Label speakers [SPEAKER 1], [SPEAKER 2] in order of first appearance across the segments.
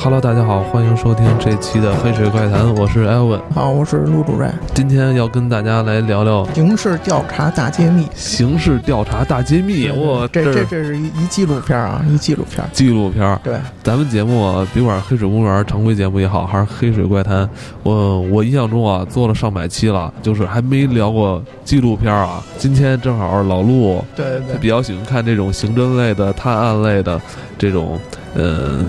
[SPEAKER 1] Hello，大家好，欢迎收听这期的《黑水怪谈》，我是艾文。
[SPEAKER 2] 好，啊我是陆主任。
[SPEAKER 1] 今天要跟大家来聊聊
[SPEAKER 2] 刑事调查大揭秘。
[SPEAKER 1] 刑事调查大揭秘。我
[SPEAKER 2] 这这
[SPEAKER 1] 是
[SPEAKER 2] 这是一一纪录片啊，一纪录片。
[SPEAKER 1] 纪录片儿。
[SPEAKER 2] 对，
[SPEAKER 1] 咱们节目啊，别管《黑水公园》常规节目也好，还是《黑水怪谈》我，我印象中啊，做了上百期了，就是还没聊过纪录片儿啊。今天正好老陆
[SPEAKER 2] 对对
[SPEAKER 1] 比较喜欢看这种刑侦类的、探案类的这种呃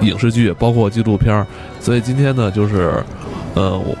[SPEAKER 1] 影视剧，包括纪录片儿。所以今天呢，就是呃，我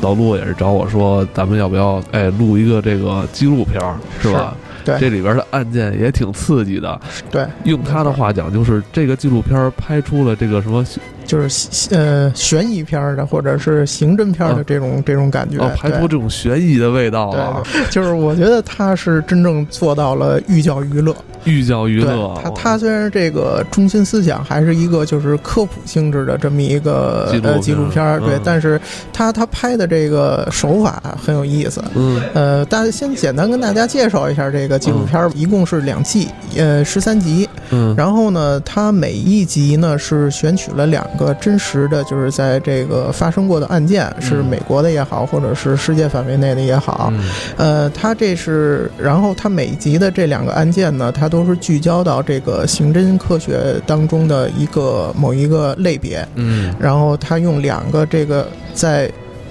[SPEAKER 1] 老陆也是找我说，咱们要不要哎录一个这个纪录片儿，是吧？
[SPEAKER 2] 对
[SPEAKER 1] 这里边的案件也挺刺激的。
[SPEAKER 2] 对，
[SPEAKER 1] 用他的话讲，就是这个纪录片儿拍出了这个什么
[SPEAKER 2] 就是呃悬疑片儿的或者是刑侦片儿的
[SPEAKER 1] 啊
[SPEAKER 2] 这种、这种感觉。
[SPEAKER 1] 哦，拍出
[SPEAKER 2] 对
[SPEAKER 1] 这种悬疑的味道啊了，
[SPEAKER 2] 对，就是我觉得他是真正做到了寓教于乐。
[SPEAKER 1] 寓教于乐。啊哦
[SPEAKER 2] 对他他虽然这个中心思想还是一个就是科普性质的这么一个
[SPEAKER 1] 纪录片
[SPEAKER 2] 呃纪录片儿，对，
[SPEAKER 1] 嗯
[SPEAKER 2] 但是他他拍的这个手法很有意思。
[SPEAKER 1] 嗯
[SPEAKER 2] 呃，大家先简单跟大家介绍一下这个纪录片，儿，一共是两季，呃，十三集。
[SPEAKER 1] 嗯，
[SPEAKER 2] 然后呢，它每一集呢是选取了两个真实的，就是在这个发生过的案件，是
[SPEAKER 1] 嗯
[SPEAKER 2] 美国的也好，或者是世界范围内的也好。
[SPEAKER 1] 嗯
[SPEAKER 2] 呃，它这是，然后它每集的这两个案件呢，它都是聚焦到这个刑侦科学当中的一个某一个类别。
[SPEAKER 1] 嗯
[SPEAKER 2] 然后他用两个这个在。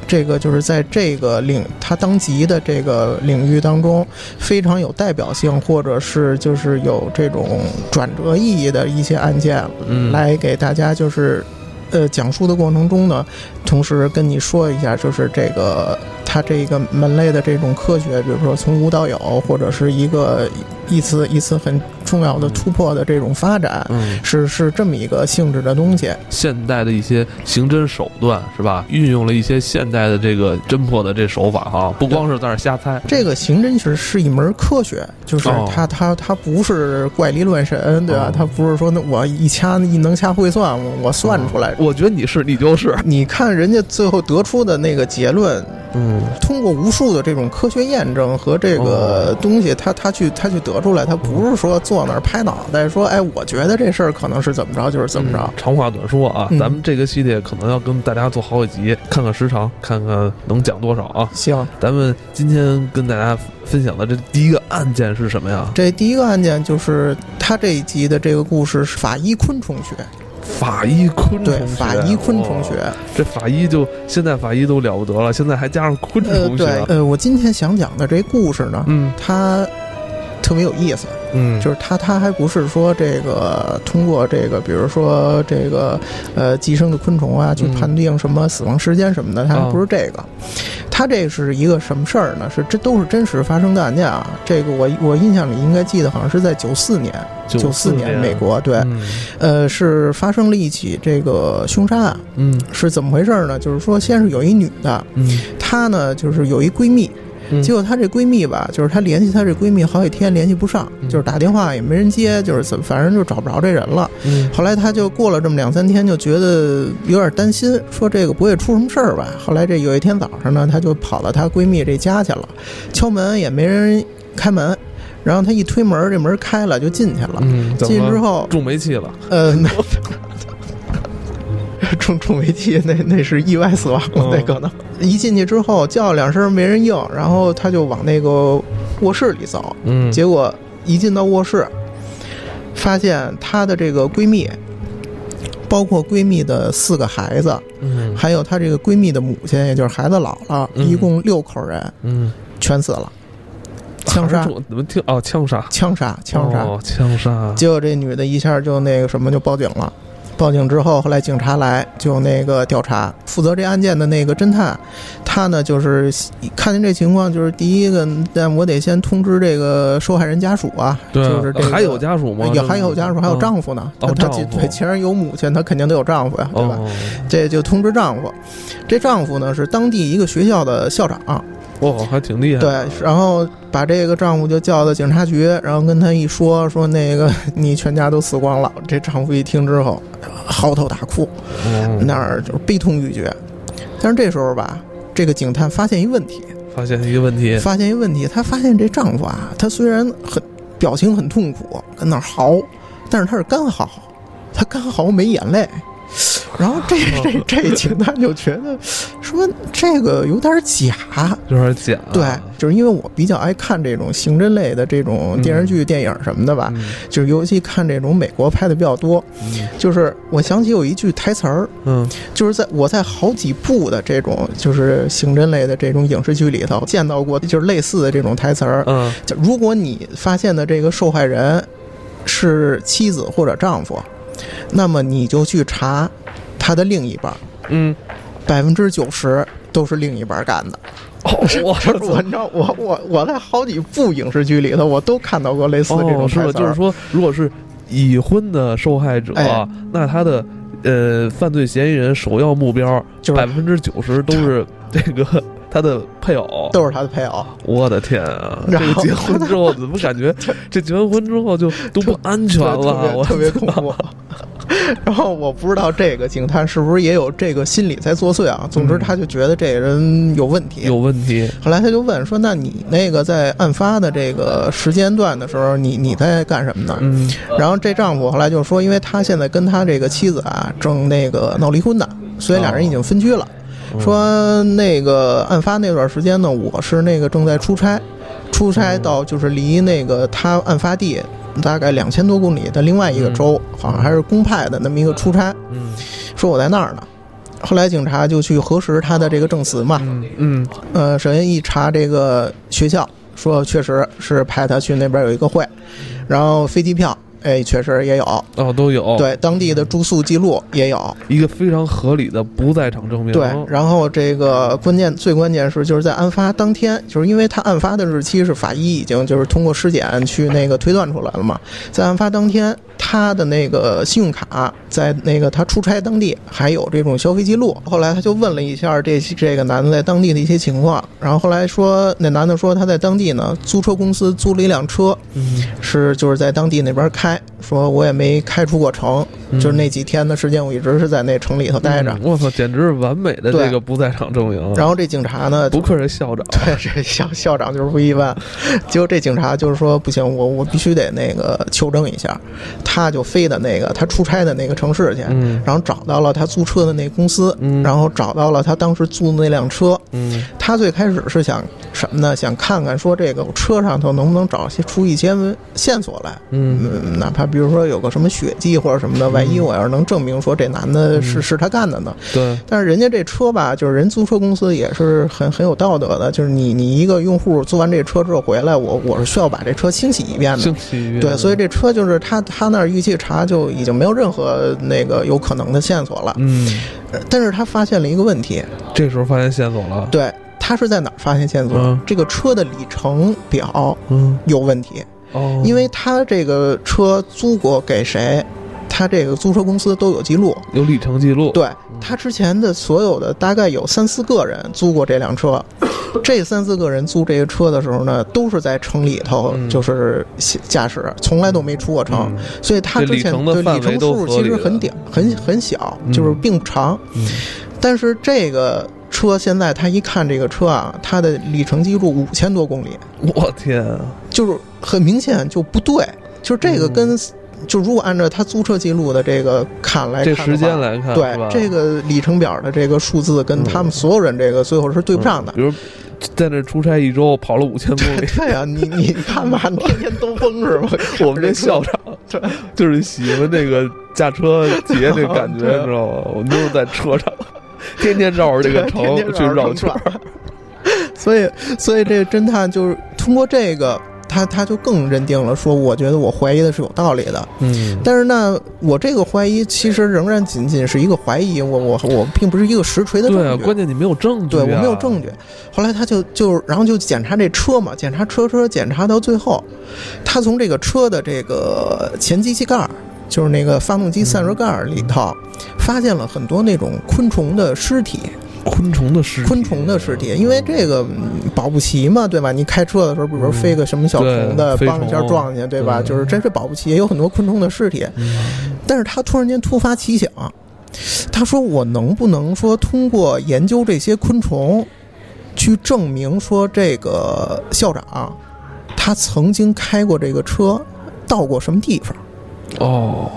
[SPEAKER 2] 这个就是在这个领他当级的这个领域当中非常有代表性，或者是就是有这种转折意义的一些案件，
[SPEAKER 1] 嗯，
[SPEAKER 2] 来给大家就是，呃，讲述的过程中呢，同时跟你说一下，就是这个它这个门类的这种科学，比如说从无到有，或者是一个一次一次很重要的突破的这种发展，
[SPEAKER 1] 嗯。
[SPEAKER 2] 是是这么一个性质的东西。
[SPEAKER 1] 现代的一些刑侦手段是吧？运用了一些现代的这个侦破的这手法哈、不光是在那儿瞎猜。
[SPEAKER 2] 这个刑侦是是一门科学，就是
[SPEAKER 1] 哦
[SPEAKER 2] 它、它它不是怪力乱神，对吧？
[SPEAKER 1] 哦
[SPEAKER 2] 它不是说那我一掐一能掐会算，我我算出来。
[SPEAKER 1] 我觉得你是你就是，
[SPEAKER 2] 你看人家最后得出的那个结论，
[SPEAKER 1] 嗯
[SPEAKER 2] 通过无数的这种科学验证和这个
[SPEAKER 1] 哦
[SPEAKER 2] 东西，他他去他去得出来，他不是说坐那儿拍脑袋说，哎，我觉得这事儿可能是怎么着就是怎么着。
[SPEAKER 1] 长话短说啊，
[SPEAKER 2] 嗯
[SPEAKER 1] 咱们这个系列可能要跟大家做好几集，看看时长，看看能讲多少啊。
[SPEAKER 2] 行，
[SPEAKER 1] 咱们今天跟大家分享的这第一个案件是什么呀？
[SPEAKER 2] 这第一个案件就是他这一集的这个故事是法医昆虫学，
[SPEAKER 1] 法医昆虫
[SPEAKER 2] 对，
[SPEAKER 1] 学哦
[SPEAKER 2] 法医昆虫学。
[SPEAKER 1] 哇这法医就现在法医都了不得了，现在还加上昆
[SPEAKER 2] 呃，
[SPEAKER 1] 虫学，
[SPEAKER 2] 对，呃，我今天想讲的这故事呢，
[SPEAKER 1] 啊嗯
[SPEAKER 2] 它特别有意思，
[SPEAKER 1] 嗯，
[SPEAKER 2] 就是它它还不是说这个通过这个，比如说这个呃寄生的昆虫啊，去
[SPEAKER 1] 嗯哦
[SPEAKER 2] 判定什么死亡时间什么的，它还不是这个。它这是一个什么事儿呢？是这都是真实发生的案件啊。这个我我印象里应该记得好像是在九四年，嗯九四
[SPEAKER 1] 四
[SPEAKER 2] 年美国对，
[SPEAKER 1] 嗯
[SPEAKER 2] 呃是发生了一起这个凶杀案，
[SPEAKER 1] 嗯
[SPEAKER 2] 是怎么回事儿呢？就是说先是有一女的，
[SPEAKER 1] 嗯
[SPEAKER 2] 她呢就是有一闺蜜，
[SPEAKER 1] 嗯
[SPEAKER 2] 结果她这闺蜜吧，就是她联系她这闺蜜好几天联系不上，
[SPEAKER 1] 嗯
[SPEAKER 2] 就是打电话也没人接，就是怎反正就找不着这人了。
[SPEAKER 1] 嗯
[SPEAKER 2] 后来她就过了这么两三天，就觉得有点担心，说这个不会出什么事儿吧？后来这有一天早上呢，她就跑到她闺蜜这家去了，敲门也没人开门，然后她一推门，这门开了就进去了。
[SPEAKER 1] 嗯，怎
[SPEAKER 2] 进
[SPEAKER 1] 么
[SPEAKER 2] 去之后，
[SPEAKER 1] 中煤气了，
[SPEAKER 2] 呃， 没重重危机，那那是意外死亡，
[SPEAKER 1] 嗯
[SPEAKER 2] 那可能。一进去之后叫两声没人应，然后他就往那个卧室里走，
[SPEAKER 1] 嗯
[SPEAKER 2] 结果一进到卧室，发现她的这个闺蜜，包括闺蜜的四个孩子，
[SPEAKER 1] 嗯
[SPEAKER 2] 还有她这个闺蜜的母亲，也就是孩子姥姥，
[SPEAKER 1] 嗯
[SPEAKER 2] 一共六口人
[SPEAKER 1] 嗯，
[SPEAKER 2] 全死了，枪
[SPEAKER 1] 还
[SPEAKER 2] 杀
[SPEAKER 1] 是，中怎么听哦，枪杀，
[SPEAKER 2] 枪杀，枪杀。
[SPEAKER 1] 哦，枪杀，
[SPEAKER 2] 结果这女的一下就那个什么就报警了。报警之后，后来警察来就那个调查，负责这案件的那个侦探，他呢就是看见这情况，就是第一个，但我得先通知这个受害人家属啊，
[SPEAKER 1] 对啊，
[SPEAKER 2] 就是这个
[SPEAKER 1] 还有家属吗？
[SPEAKER 2] 也还有家属，还有
[SPEAKER 1] 夫，
[SPEAKER 2] 丈夫呢，
[SPEAKER 1] 哦
[SPEAKER 2] 他
[SPEAKER 1] 丈
[SPEAKER 2] 他
[SPEAKER 1] 夫
[SPEAKER 2] 对，既然有母亲，他肯定得有丈夫呀，对吧？
[SPEAKER 1] 哦，
[SPEAKER 2] 这就通知丈夫，这丈夫呢是当地一个学校的校长，啊
[SPEAKER 1] 哇，哦还挺厉害，
[SPEAKER 2] 对，然后把这个丈夫就叫到警察局，然后跟他一说，说那个你全家都死光了。这丈夫一听之后，嚎啕大哭，
[SPEAKER 1] 哦，
[SPEAKER 2] 那儿就是悲痛欲绝。但是这时候吧，这个警探发现一问题，
[SPEAKER 1] 发现一个问题，
[SPEAKER 2] 发现一问题，他发现这丈夫啊，他虽然很表情很痛苦，跟那儿嚎，但是他是干嚎，他干嚎没眼泪。然后这这这警探就觉得说这个有点假，
[SPEAKER 1] 有点假。啊
[SPEAKER 2] 对，啊就是因为我比较爱看这种刑侦类的这种电视剧、电影什么的吧，
[SPEAKER 1] 嗯
[SPEAKER 2] 就是尤其看这种美国拍的比较多。就是我想起有一句台词儿，
[SPEAKER 1] 嗯
[SPEAKER 2] 就是在我在好几部的这种就是刑侦类的这种影视剧里头见到过，就是类似的这种台词儿。
[SPEAKER 1] 嗯
[SPEAKER 2] 就如果你发现的这个受害人是妻子或者丈夫，那么你就去查他的另一半，
[SPEAKER 1] 嗯，
[SPEAKER 2] 百分之九十都是另一半干的。
[SPEAKER 1] 哦，我
[SPEAKER 2] 这 是 我，你知道，我我我在好几部影视剧里头，我都看到过类似这种
[SPEAKER 1] 哦，是
[SPEAKER 2] 台
[SPEAKER 1] 的，
[SPEAKER 2] 词
[SPEAKER 1] 就
[SPEAKER 2] 儿。
[SPEAKER 1] 是说，如果是已婚的受害者，
[SPEAKER 2] 哎
[SPEAKER 1] 那他的呃犯罪嫌疑人首要目标
[SPEAKER 2] 就是
[SPEAKER 1] 百分之九十都 是这个他的配偶。
[SPEAKER 2] 都是他的配偶，
[SPEAKER 1] 我的天啊！这
[SPEAKER 2] 然
[SPEAKER 1] 个
[SPEAKER 2] 后
[SPEAKER 1] 结婚之后怎么感 觉这结完婚之后就都不安全
[SPEAKER 2] 对
[SPEAKER 1] 了？我
[SPEAKER 2] 特别特别恐怖。 然后我不知道这个警探是不是也有这个心理在作祟啊？总之，
[SPEAKER 1] 嗯
[SPEAKER 2] 他就觉得这个人有问题。
[SPEAKER 1] 有问题。
[SPEAKER 2] 后来他就问说：“那你那个在案发的这个时间段的时候，你你在干什么呢？”
[SPEAKER 1] 嗯
[SPEAKER 2] 然后这丈夫后来就说，因为他现在跟他这个妻子啊正那个闹离婚呢，所以俩人已经分居了。
[SPEAKER 1] 嗯
[SPEAKER 2] 嗯说那个案发那段时间呢，我是那个正在出差，出差到就是离那个他案发地大概两千多公里的另外一个州，好像还是公派的那么一个出差，
[SPEAKER 1] 嗯
[SPEAKER 2] 说我在那儿呢。后来警察就去核实他的这个证词嘛，
[SPEAKER 1] 嗯嗯
[SPEAKER 2] 呃，首先一查这个学校，说确实是派他去那边有一个会，然后飞机票，哎，确实也有，
[SPEAKER 1] 哦，都有。，
[SPEAKER 2] 对，当地的住宿记录也有，
[SPEAKER 1] 一个非常合理的不在场证明。
[SPEAKER 2] 对，然后这个关键最关键是就是在案发当天，就是因为他案发的日期是法医已经就是通过尸检去那个推断出来了嘛，在案发当天，他的那个信用卡在那个他出差当地还有这种消费记录。后来他就问了一下这这个男的在当地的一些情况，然后后来说那男的说他在当地呢租车公司租了一辆车，
[SPEAKER 1] 嗯，
[SPEAKER 2] 是就是在当地那边开，说我也没开出过城，
[SPEAKER 1] 嗯
[SPEAKER 2] 就是那几天的时间我一直是在那城里头待着
[SPEAKER 1] 嗯。我操，简直是完美的
[SPEAKER 2] 对
[SPEAKER 1] 这个不在场证明啊。
[SPEAKER 2] 然后这警察呢，
[SPEAKER 1] 不愧是校长。
[SPEAKER 2] 对，这校校长就是不一般。结果这警察就是说不行，我我必须得那个求证一下，他就飞的那个他出差的那个城市去，
[SPEAKER 1] 嗯
[SPEAKER 2] 然后找到了他租车的那公司，
[SPEAKER 1] 嗯
[SPEAKER 2] 然后找到了他当时租的那辆车。
[SPEAKER 1] 嗯
[SPEAKER 2] 他最开始是想什么呢？想看看说这个车上头能不能找些出一些线索来，
[SPEAKER 1] 嗯
[SPEAKER 2] 嗯，哪怕比如说有个什么血迹或者什么的，万一我要是能证明说这男的
[SPEAKER 1] 嗯
[SPEAKER 2] 是、是他干的呢？
[SPEAKER 1] 对。
[SPEAKER 2] 但是人家这车吧，就是人租车公司也是很很有道德的，就是你你一个用户租完这车之后回来，我我是需要把这车清洗一遍的
[SPEAKER 1] 星。期一
[SPEAKER 2] 嗯对，所以这车就是他他那儿预计查就已经没有任何那个有可能的线索了，
[SPEAKER 1] 嗯，
[SPEAKER 2] 呃但是他发现了一个问题，
[SPEAKER 1] 这时候发现线索了。
[SPEAKER 2] 对他是在哪儿发现线索？
[SPEAKER 1] 嗯
[SPEAKER 2] 这个车的里程表
[SPEAKER 1] 嗯
[SPEAKER 2] 有问题，
[SPEAKER 1] 哦，
[SPEAKER 2] 因为他这个车租过给谁，他这个租车公司都有记录，
[SPEAKER 1] 有里程记录。
[SPEAKER 2] 对他之前的所有的大概有三四个人租过这辆车，这三四个人租这个车的时候呢，都是在城里头
[SPEAKER 1] 嗯
[SPEAKER 2] 就是驾驶，从来都没出过城，
[SPEAKER 1] 嗯
[SPEAKER 2] 所以他
[SPEAKER 1] 这
[SPEAKER 2] 之
[SPEAKER 1] 里
[SPEAKER 2] 前
[SPEAKER 1] 程的
[SPEAKER 2] 对
[SPEAKER 1] 范
[SPEAKER 2] 里
[SPEAKER 1] 围
[SPEAKER 2] 程
[SPEAKER 1] 都
[SPEAKER 2] 数
[SPEAKER 1] 合
[SPEAKER 2] 其
[SPEAKER 1] 理
[SPEAKER 2] 实
[SPEAKER 1] 的
[SPEAKER 2] 很点很很小，就是
[SPEAKER 1] 嗯
[SPEAKER 2] 并不长。
[SPEAKER 1] 嗯
[SPEAKER 2] 但是这个车现在他一看这个车啊，它的里程记录五千多公里，
[SPEAKER 1] 我天啊，
[SPEAKER 2] 就是很明显就不对，就是这
[SPEAKER 1] 嗯
[SPEAKER 2] 个跟、就如果按照他租车记录的这个看来看
[SPEAKER 1] 这
[SPEAKER 2] 的话，
[SPEAKER 1] 时间来看，嗯是吧嗯
[SPEAKER 2] 对这个里程表的这个数字跟他们所有人这个最后是对不上的。。
[SPEAKER 1] 比如在那出差一周，跑了五千公里
[SPEAKER 2] 对啊，你你你看吧，你天天兜风是吧？
[SPEAKER 1] 我们这校长
[SPEAKER 2] 对
[SPEAKER 1] 就是喜欢这个驾 车节这感觉，
[SPEAKER 2] 对啊
[SPEAKER 1] 你知道吗？我们都是在车上，天天绕着这个城
[SPEAKER 2] 天天
[SPEAKER 1] 去绕圈儿。
[SPEAKER 2] 转。所以，所以这个侦探就是通过这个，他他就更认定了说，我觉得我怀疑的是有道理的。
[SPEAKER 1] 嗯，
[SPEAKER 2] 但是呢，我这个怀疑其实仍然仅仅是一个怀疑，我我我并不是一个实锤的证
[SPEAKER 1] 对啊，
[SPEAKER 2] 据。
[SPEAKER 1] 关键你没有证据、
[SPEAKER 2] 对
[SPEAKER 1] 啊，
[SPEAKER 2] 我没有证据。后来他就就然后就检查这车嘛，检查车车检查到最后，他从这个车的这个前机器盖儿，就是那个发动机散热盖儿里头，发现了很多那种昆虫的尸体，
[SPEAKER 1] 昆虫的尸体，
[SPEAKER 2] 昆虫的尸体，因为这个嗯保不齐嘛，对吧？你开车的时候，比如说飞个什么小虫
[SPEAKER 1] 嗯对
[SPEAKER 2] 子，
[SPEAKER 1] 飞
[SPEAKER 2] 帮一下
[SPEAKER 1] 虫
[SPEAKER 2] 撞去，对吧？
[SPEAKER 1] 对
[SPEAKER 2] 就是真是保不齐，也有很多昆虫的尸体。但是他突然间突发奇想，他说：“我能不能说通过研究这些昆虫，去证明说这啊个校长他曾经开过这个车，到过什么地方？
[SPEAKER 1] 哦，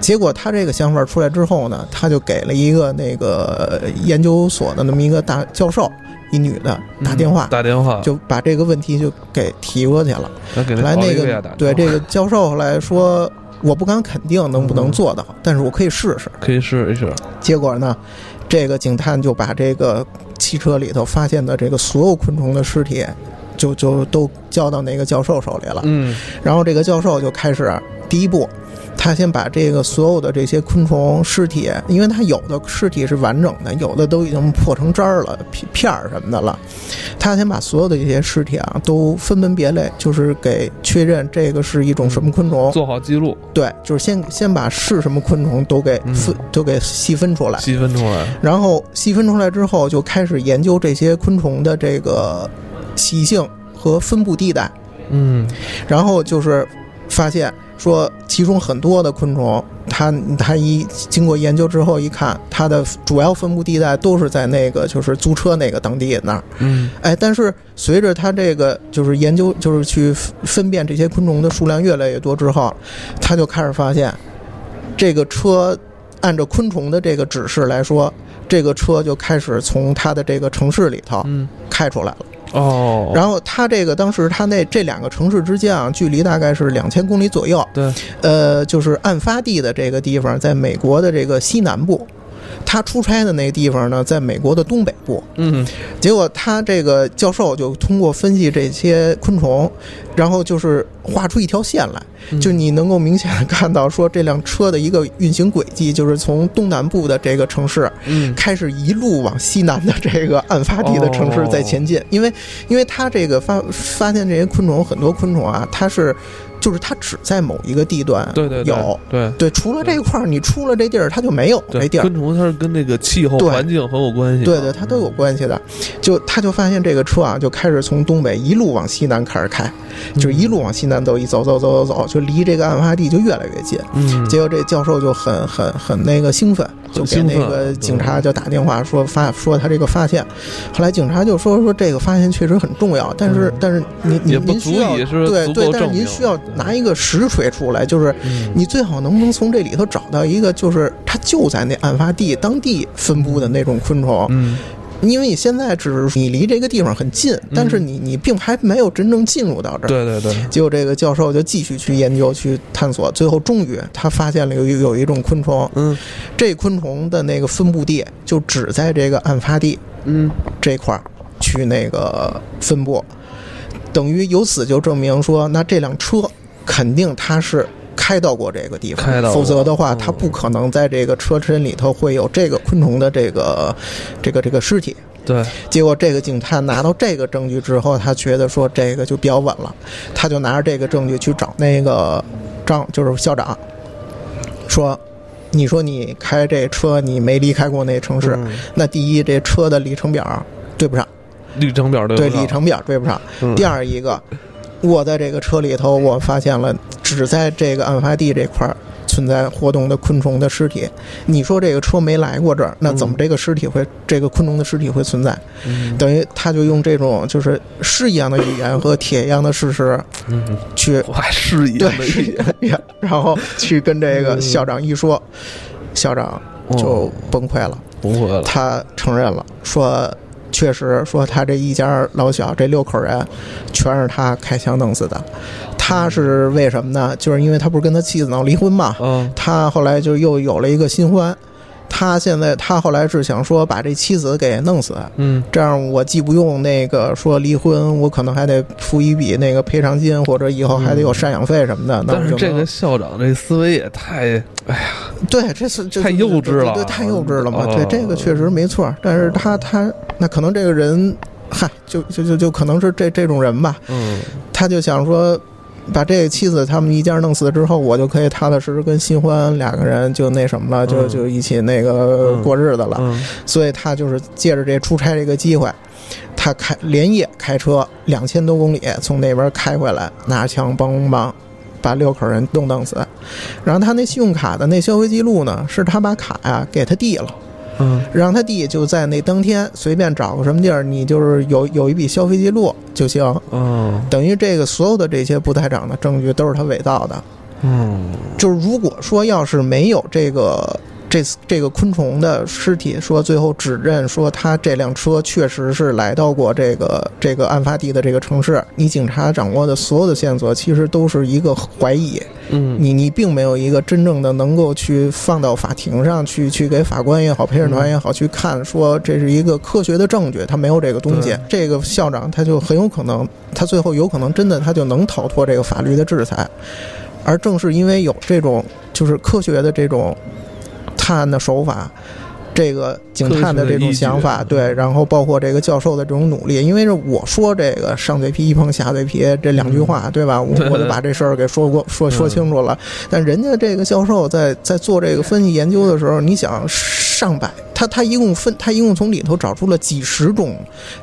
[SPEAKER 2] 结果他这个想法出来之后呢，他就给了一个那个研究所的那么一个大教授，一女的打电话
[SPEAKER 1] 嗯，打电话，
[SPEAKER 2] 就把这个问题就给提过去了。
[SPEAKER 1] 他给
[SPEAKER 2] 后来
[SPEAKER 1] 奥
[SPEAKER 2] 那
[SPEAKER 1] 利维亚
[SPEAKER 2] 个
[SPEAKER 1] 打电话
[SPEAKER 2] 对这个教授后来说，我不敢肯定能不能
[SPEAKER 1] 嗯
[SPEAKER 2] 做到，但是我可以试试。
[SPEAKER 1] 可以试一试，
[SPEAKER 2] 结果呢，这个警探就把这个汽车里头发现的这个所有昆虫的尸体就，就都交到那个教授手里了。
[SPEAKER 1] 嗯
[SPEAKER 2] 然后这个教授就开始第一步，他先把这个所有的这些昆虫尸体，因为他有的尸体是完整的，有的都已经破成渣儿了、片片儿什么的了。他先把所有的这些尸体啊都分门别类，就是给确认这个是一种什么昆虫。
[SPEAKER 1] 做好记录，
[SPEAKER 2] 对，就是先先把是什么昆虫都给分、都给细分出来。
[SPEAKER 1] 细分出来，
[SPEAKER 2] 然后细分出来之后，就开始研究这些昆虫的这个习性和分布地带，
[SPEAKER 1] 嗯
[SPEAKER 2] 然后就是发现说，其中很多的昆虫，它它一经过研究之后一看，它的主要分布地带都是在那个就是租车那个当地那儿。
[SPEAKER 1] 嗯
[SPEAKER 2] 哎，但是随着它这个就是研究，就是去分分辨这些昆虫的数量越来越多之后，他就开始发现，这个车按照昆虫的这个指示来说，这个车就开始从它的这个城市里头
[SPEAKER 1] 嗯，
[SPEAKER 2] 开出来了。
[SPEAKER 1] 哦，
[SPEAKER 2] 然后它这个当时它那这两个城市之间啊，距离大概是两千公里左右。
[SPEAKER 1] 对，
[SPEAKER 2] 呃，就是案发地的这个地方，在美国的这个西南部。他出差的那个地方呢，在美国的东北部。
[SPEAKER 1] 嗯
[SPEAKER 2] 结果他这个教授就通过分析这些昆虫，然后就是画出一条线来，
[SPEAKER 1] 嗯
[SPEAKER 2] 就你能够明显的看到说这辆车的一个运行轨迹，就是从东南部的这个城市
[SPEAKER 1] 嗯，
[SPEAKER 2] 开始一路往西南的这个案发地的城市在前
[SPEAKER 1] 哦
[SPEAKER 2] 进，因为因为它这个发发现这些昆虫很多昆虫啊，它是就是它只在某一个地段
[SPEAKER 1] 对对对
[SPEAKER 2] 有。
[SPEAKER 1] 对。
[SPEAKER 2] 对，除了这块儿，你出了这地儿，它就没有这
[SPEAKER 1] 对，
[SPEAKER 2] 地儿。
[SPEAKER 1] 昆虫它是跟这个气候
[SPEAKER 2] 对
[SPEAKER 1] 环境很有关系嘛。
[SPEAKER 2] 对对，它都有关系的。就他就发现这个车啊，就开始从东北一路往西南开始开，
[SPEAKER 1] 嗯
[SPEAKER 2] 就一路往西南走，一走走走走走，就离这个案发地就越来越近。
[SPEAKER 1] 嗯，嗯，
[SPEAKER 2] 结果这教授就很很很那个兴奋，就给那个警察就打电话说发说他这个发现，后来警察就说说这个发现确实很重要，但是
[SPEAKER 1] 嗯
[SPEAKER 2] 但是您
[SPEAKER 1] 也
[SPEAKER 2] 您
[SPEAKER 1] 不
[SPEAKER 2] 您
[SPEAKER 1] 足
[SPEAKER 2] 需要
[SPEAKER 1] 以是
[SPEAKER 2] 对
[SPEAKER 1] 足
[SPEAKER 2] 对
[SPEAKER 1] 够，
[SPEAKER 2] 但是
[SPEAKER 1] 证
[SPEAKER 2] 您
[SPEAKER 1] 明
[SPEAKER 2] 需要
[SPEAKER 1] 对
[SPEAKER 2] 拿一个实锤出来，就是
[SPEAKER 1] 嗯
[SPEAKER 2] 你最好能不能从这里头找到一个，就是它就在那案发地当地分布的那种昆虫，
[SPEAKER 1] 嗯
[SPEAKER 2] 因为你现在只是你离这个地方很近，但是你你并还没有真正进入到这儿。
[SPEAKER 1] 对对对，
[SPEAKER 2] 结果这个教授就继续去研究、去探索，最后终于他发现了有有一种昆虫，
[SPEAKER 1] 嗯
[SPEAKER 2] 这昆虫的那个分布地就只在这个案发地
[SPEAKER 1] 嗯，
[SPEAKER 2] 这块儿去那个分布，等于由此就证明说，那这辆车肯定它是。开到过这个地
[SPEAKER 1] 开
[SPEAKER 2] 方，
[SPEAKER 1] 到过
[SPEAKER 2] 否则的话，
[SPEAKER 1] 嗯
[SPEAKER 2] 它不可能在这个车身里头会有这个昆虫的这个、这个、这个尸体。
[SPEAKER 1] 对，
[SPEAKER 2] 结果这个警探拿到这个证据之后，他觉得说这个就比较稳了，他就拿着这个证据去找那个张，就是校长，说。你说你开这车，你没离开过那城市，
[SPEAKER 1] 嗯
[SPEAKER 2] 那第一，这车的里程表对不上，
[SPEAKER 1] 里程表对
[SPEAKER 2] 对
[SPEAKER 1] 不上
[SPEAKER 2] 里程表对不上。
[SPEAKER 1] 嗯
[SPEAKER 2] 第二一个，我在这个车里头，我发现了只在这个案发地这块儿存在活动的昆虫的尸体。你说这个车没来过这儿，那怎么这个尸体会、这个昆虫的尸体会存在？
[SPEAKER 1] 嗯
[SPEAKER 2] 等于他就用这种就是诗一样的语言和铁一样的事实
[SPEAKER 1] 嗯，
[SPEAKER 2] 去
[SPEAKER 1] 我还是一
[SPEAKER 2] 对
[SPEAKER 1] 样的
[SPEAKER 2] 是一 样的语言，然后去跟这个校长一说，校长就
[SPEAKER 1] 哦
[SPEAKER 2] 崩溃了，
[SPEAKER 1] 不会了，
[SPEAKER 2] 他承认了，说确实说他这一家老小这六口人全是他开枪弄死的，他是为什么呢？就是因为他不是跟他妻子闹离婚嘛，
[SPEAKER 1] 嗯
[SPEAKER 2] 他后来就又有了一个新欢。他现在，他后来是想说把这妻子给弄死，
[SPEAKER 1] 嗯
[SPEAKER 2] 这样我既不用那个说离婚，我可能还得付一笔那个赔偿金，或者以后还得有赡养费什么的。那我
[SPEAKER 1] 嗯但是
[SPEAKER 2] 就
[SPEAKER 1] 这
[SPEAKER 2] 能
[SPEAKER 1] 个校长这思维也太，哎呀，
[SPEAKER 2] 对，这是这
[SPEAKER 1] 太幼稚了
[SPEAKER 2] 对，对太幼稚了嘛。
[SPEAKER 1] 哦
[SPEAKER 2] 对，这个确实没错。但是他他那可能这个人，嗨，就就就就可能是这这种人吧，
[SPEAKER 1] 嗯，
[SPEAKER 2] 他就想说。把这个妻子他们一家弄死之后，我就可以踏踏实实跟新欢两个人就那什么了，就
[SPEAKER 1] 嗯
[SPEAKER 2] 就一起那个
[SPEAKER 1] 嗯
[SPEAKER 2] 过日子了。
[SPEAKER 1] 嗯
[SPEAKER 2] 所以他就是借着这出差这个机会，他开连夜开车两千多公里从那边开回来，拿枪梆梆梆，把六口人都弄死。然后他那信用卡的那消费记录呢，是他把卡呀、给他弟了，
[SPEAKER 1] 嗯
[SPEAKER 2] 让他弟就在那当天随便找个什么地儿，你就是有有一笔消费记录就行。
[SPEAKER 1] 嗯，
[SPEAKER 2] 等于这个所有的这些不在场的证据都是他伪造的，
[SPEAKER 1] 嗯
[SPEAKER 2] 就是如果说要是没有这个这这个昆虫的尸体，说最后指认说他这辆车确实是来到过这个这个案发地的这个城市，你警察掌握的所有的线索其实都是一个怀疑，
[SPEAKER 1] 嗯
[SPEAKER 2] 你你并没有一个真正的能够去放到法庭上去去给法官也好，陪审团也好去看，说这是一个科学的证据，他没有这个东西
[SPEAKER 1] 对。
[SPEAKER 2] 这个校长他就很有可能，他最后有可能真的他就能逃脱这个法律的制裁。而正是因为有这种就是科学的这种探案的手法。这个警探的
[SPEAKER 1] 科学
[SPEAKER 2] 这
[SPEAKER 1] 的
[SPEAKER 2] 种
[SPEAKER 1] 依据
[SPEAKER 2] 想法，对，然后包括这个教授的这种努力，因为是我说这个上嘴皮一碰下嘴皮这两句
[SPEAKER 1] 嗯
[SPEAKER 2] 话，对吧？我
[SPEAKER 1] 对
[SPEAKER 2] 我就把这事儿给说过
[SPEAKER 1] 嗯
[SPEAKER 2] 说说清楚了，但人家这个教授在在做这个分析研究的时候，你想上百，他他一共分他一共从里头找出了几十种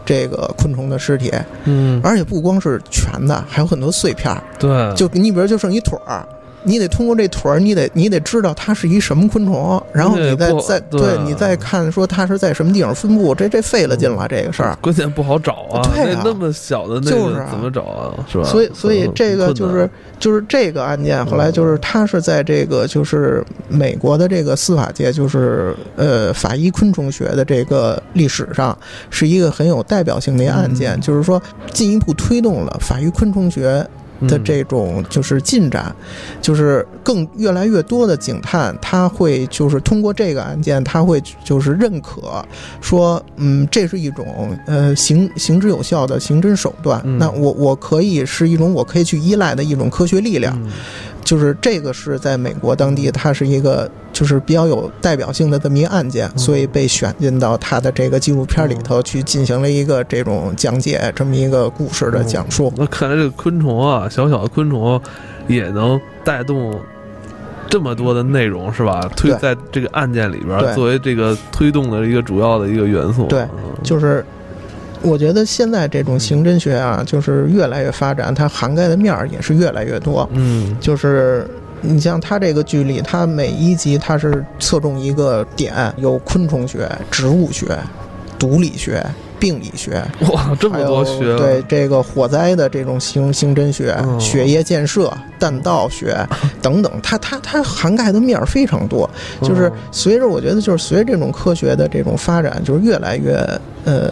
[SPEAKER 2] 这个昆虫的尸体，
[SPEAKER 1] 嗯，
[SPEAKER 2] 而且不光是全的，还有很多碎片儿。
[SPEAKER 1] 对，
[SPEAKER 2] 就你比如就剩一腿儿。你得通过这腿儿，你得你得知道它是一什么昆虫，然后
[SPEAKER 1] 你得
[SPEAKER 2] 你再
[SPEAKER 1] 不
[SPEAKER 2] 再
[SPEAKER 1] 对
[SPEAKER 2] 你再看说它是在什么地方分布，这这费了劲了这个事儿。
[SPEAKER 1] 关键不好找啊，
[SPEAKER 2] 对啊
[SPEAKER 1] 那那么小的那
[SPEAKER 2] 就是
[SPEAKER 1] 个
[SPEAKER 2] 啊
[SPEAKER 1] 怎么找啊？是吧？
[SPEAKER 2] 所以所以
[SPEAKER 1] 嗯
[SPEAKER 2] 这个就
[SPEAKER 1] 困难嗯
[SPEAKER 2] 是就是这个案件，后来就是他是在这个就是美国的这个司法界，就是呃法医昆虫学的这个历史上是一个很有代表性的一个案件，
[SPEAKER 1] 嗯
[SPEAKER 2] 就是说进一步推动了法医昆虫学
[SPEAKER 1] 嗯
[SPEAKER 2] 的这种就是进展，就是更越来越多的警探他会就是通过这个案件，他会就是认可说，嗯，这是一种呃行行之有效的刑侦手段。
[SPEAKER 1] 嗯
[SPEAKER 2] 那我我可以是一种我可以去依赖的一种科学力
[SPEAKER 1] 嗯
[SPEAKER 2] 量，就是这个是在美国当地它是一个就是比较有代表性的这么一个案件，
[SPEAKER 1] 嗯
[SPEAKER 2] 所以被选进到他的这个纪录片里头去进行了一个这种讲解，这么一个故事
[SPEAKER 1] 嗯
[SPEAKER 2] 的讲述。
[SPEAKER 1] 那看来这个昆虫啊，小小的昆虫也能带动这么多的内容，是吧？推
[SPEAKER 2] 对
[SPEAKER 1] 在这个案件里边儿，
[SPEAKER 2] 对
[SPEAKER 1] 作为这个推动的一个主要的一个元素。
[SPEAKER 2] 对
[SPEAKER 1] 嗯，
[SPEAKER 2] 就是我觉得现在这种刑侦学啊，就是越来越发展，它涵盖的面儿也是越来越多。
[SPEAKER 1] 嗯
[SPEAKER 2] 就是你像它这个剧里，它每一集它是侧重一个点，有昆虫学、植物学、毒理学、病理学，
[SPEAKER 1] 哇，这
[SPEAKER 2] 还
[SPEAKER 1] 么
[SPEAKER 2] 有
[SPEAKER 1] 多学问，
[SPEAKER 2] 对这个火灾的这种刑刑侦学、
[SPEAKER 1] 嗯
[SPEAKER 2] 血液建设、弹道学等等，它它它涵盖的面儿非常多。
[SPEAKER 1] 嗯
[SPEAKER 2] 就是随着我觉得就是随着这种科学的这种发展，就是越来越呃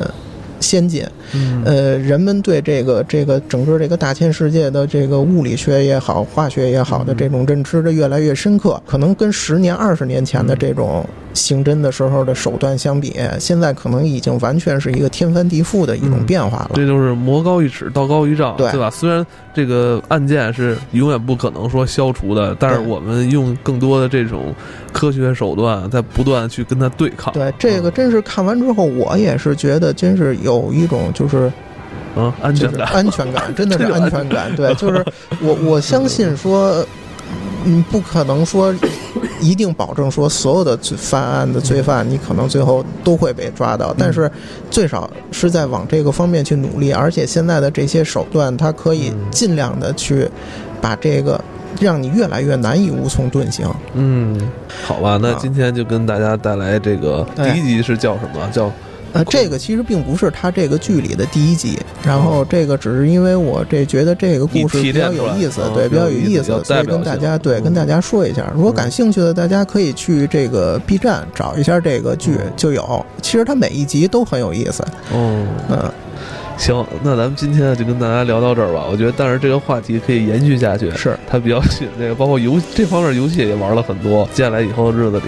[SPEAKER 2] 先进，
[SPEAKER 1] 嗯
[SPEAKER 2] 呃，人们对这个这个整个这个大千世界的这个物理学也好、化学也好
[SPEAKER 1] 嗯
[SPEAKER 2] 的这种认知的越来越深刻，可能跟十年、二十年前的这种刑侦的时候的手段相比，现在可能已经完全是一个天翻地覆的一种
[SPEAKER 1] 嗯
[SPEAKER 2] 变化了。
[SPEAKER 1] 这就是魔高一尺，道高一丈，
[SPEAKER 2] 对
[SPEAKER 1] 吧？虽然这个案件是永远不可能说消除的，但是
[SPEAKER 2] 对
[SPEAKER 1] 我们用更多的这种科学手段，在不断地去跟它对抗。
[SPEAKER 2] 对，这个真是看完之后，我也是觉得真是有一种就是
[SPEAKER 1] 嗯，嗯安
[SPEAKER 2] 就
[SPEAKER 1] 全
[SPEAKER 2] 是
[SPEAKER 1] 感，
[SPEAKER 2] 安全感，真的是
[SPEAKER 1] 这就
[SPEAKER 2] 安全感。对，就是我我相信说，嗯，不可能说一定保证说所有的罪犯案的罪犯，你可能最后都会被抓到，但是最少是在往这个方面去努力。而且现在的这些手段，它可以
[SPEAKER 1] 嗯
[SPEAKER 2] 尽量的去把这个让你越来越难以无从遁形。
[SPEAKER 1] 嗯，好吧，那
[SPEAKER 2] 啊
[SPEAKER 1] 今天就跟大家带来这个第
[SPEAKER 2] 哎
[SPEAKER 1] 一集是叫什么？叫
[SPEAKER 2] 呃，这个其实并不是他这个剧里的第一集，然后这个只是因为我这觉得这个故事
[SPEAKER 1] 你提
[SPEAKER 2] 比
[SPEAKER 1] 炼
[SPEAKER 2] 较有意思
[SPEAKER 1] 出来，
[SPEAKER 2] 对，
[SPEAKER 1] 嗯
[SPEAKER 2] 比较有
[SPEAKER 1] 比较有意
[SPEAKER 2] 意
[SPEAKER 1] 思比
[SPEAKER 2] 思，
[SPEAKER 1] 较
[SPEAKER 2] 所
[SPEAKER 1] 代
[SPEAKER 2] 以
[SPEAKER 1] 表
[SPEAKER 2] 跟大
[SPEAKER 1] 性
[SPEAKER 2] 家对
[SPEAKER 1] 嗯
[SPEAKER 2] 跟大家说一下，如果
[SPEAKER 1] 嗯
[SPEAKER 2] 感兴趣的，大家可以去这个 B 站找一下这个剧
[SPEAKER 1] 嗯
[SPEAKER 2] 就有。其实它每一集都很有意思，
[SPEAKER 1] 哦，
[SPEAKER 2] 嗯，
[SPEAKER 1] 行，那咱们今天就跟大家聊到这儿吧。我觉得，但是这个话题可以延续下去，
[SPEAKER 2] 是，
[SPEAKER 1] 它比较紧，这个包括游这方面游戏也玩了很多。接下来以后的日子里，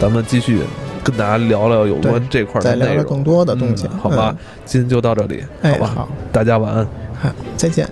[SPEAKER 1] 咱们继续跟大家聊聊有关这块儿
[SPEAKER 2] 再
[SPEAKER 1] 的
[SPEAKER 2] 聊
[SPEAKER 1] 内
[SPEAKER 2] 聊
[SPEAKER 1] 容
[SPEAKER 2] 更。多的东西，
[SPEAKER 1] 嗯嗯好吧，今天就到这里，
[SPEAKER 2] 嗯？
[SPEAKER 1] 好
[SPEAKER 2] 哎，
[SPEAKER 1] 吧，
[SPEAKER 2] 好，
[SPEAKER 1] 大家晚安。
[SPEAKER 2] 好，再见。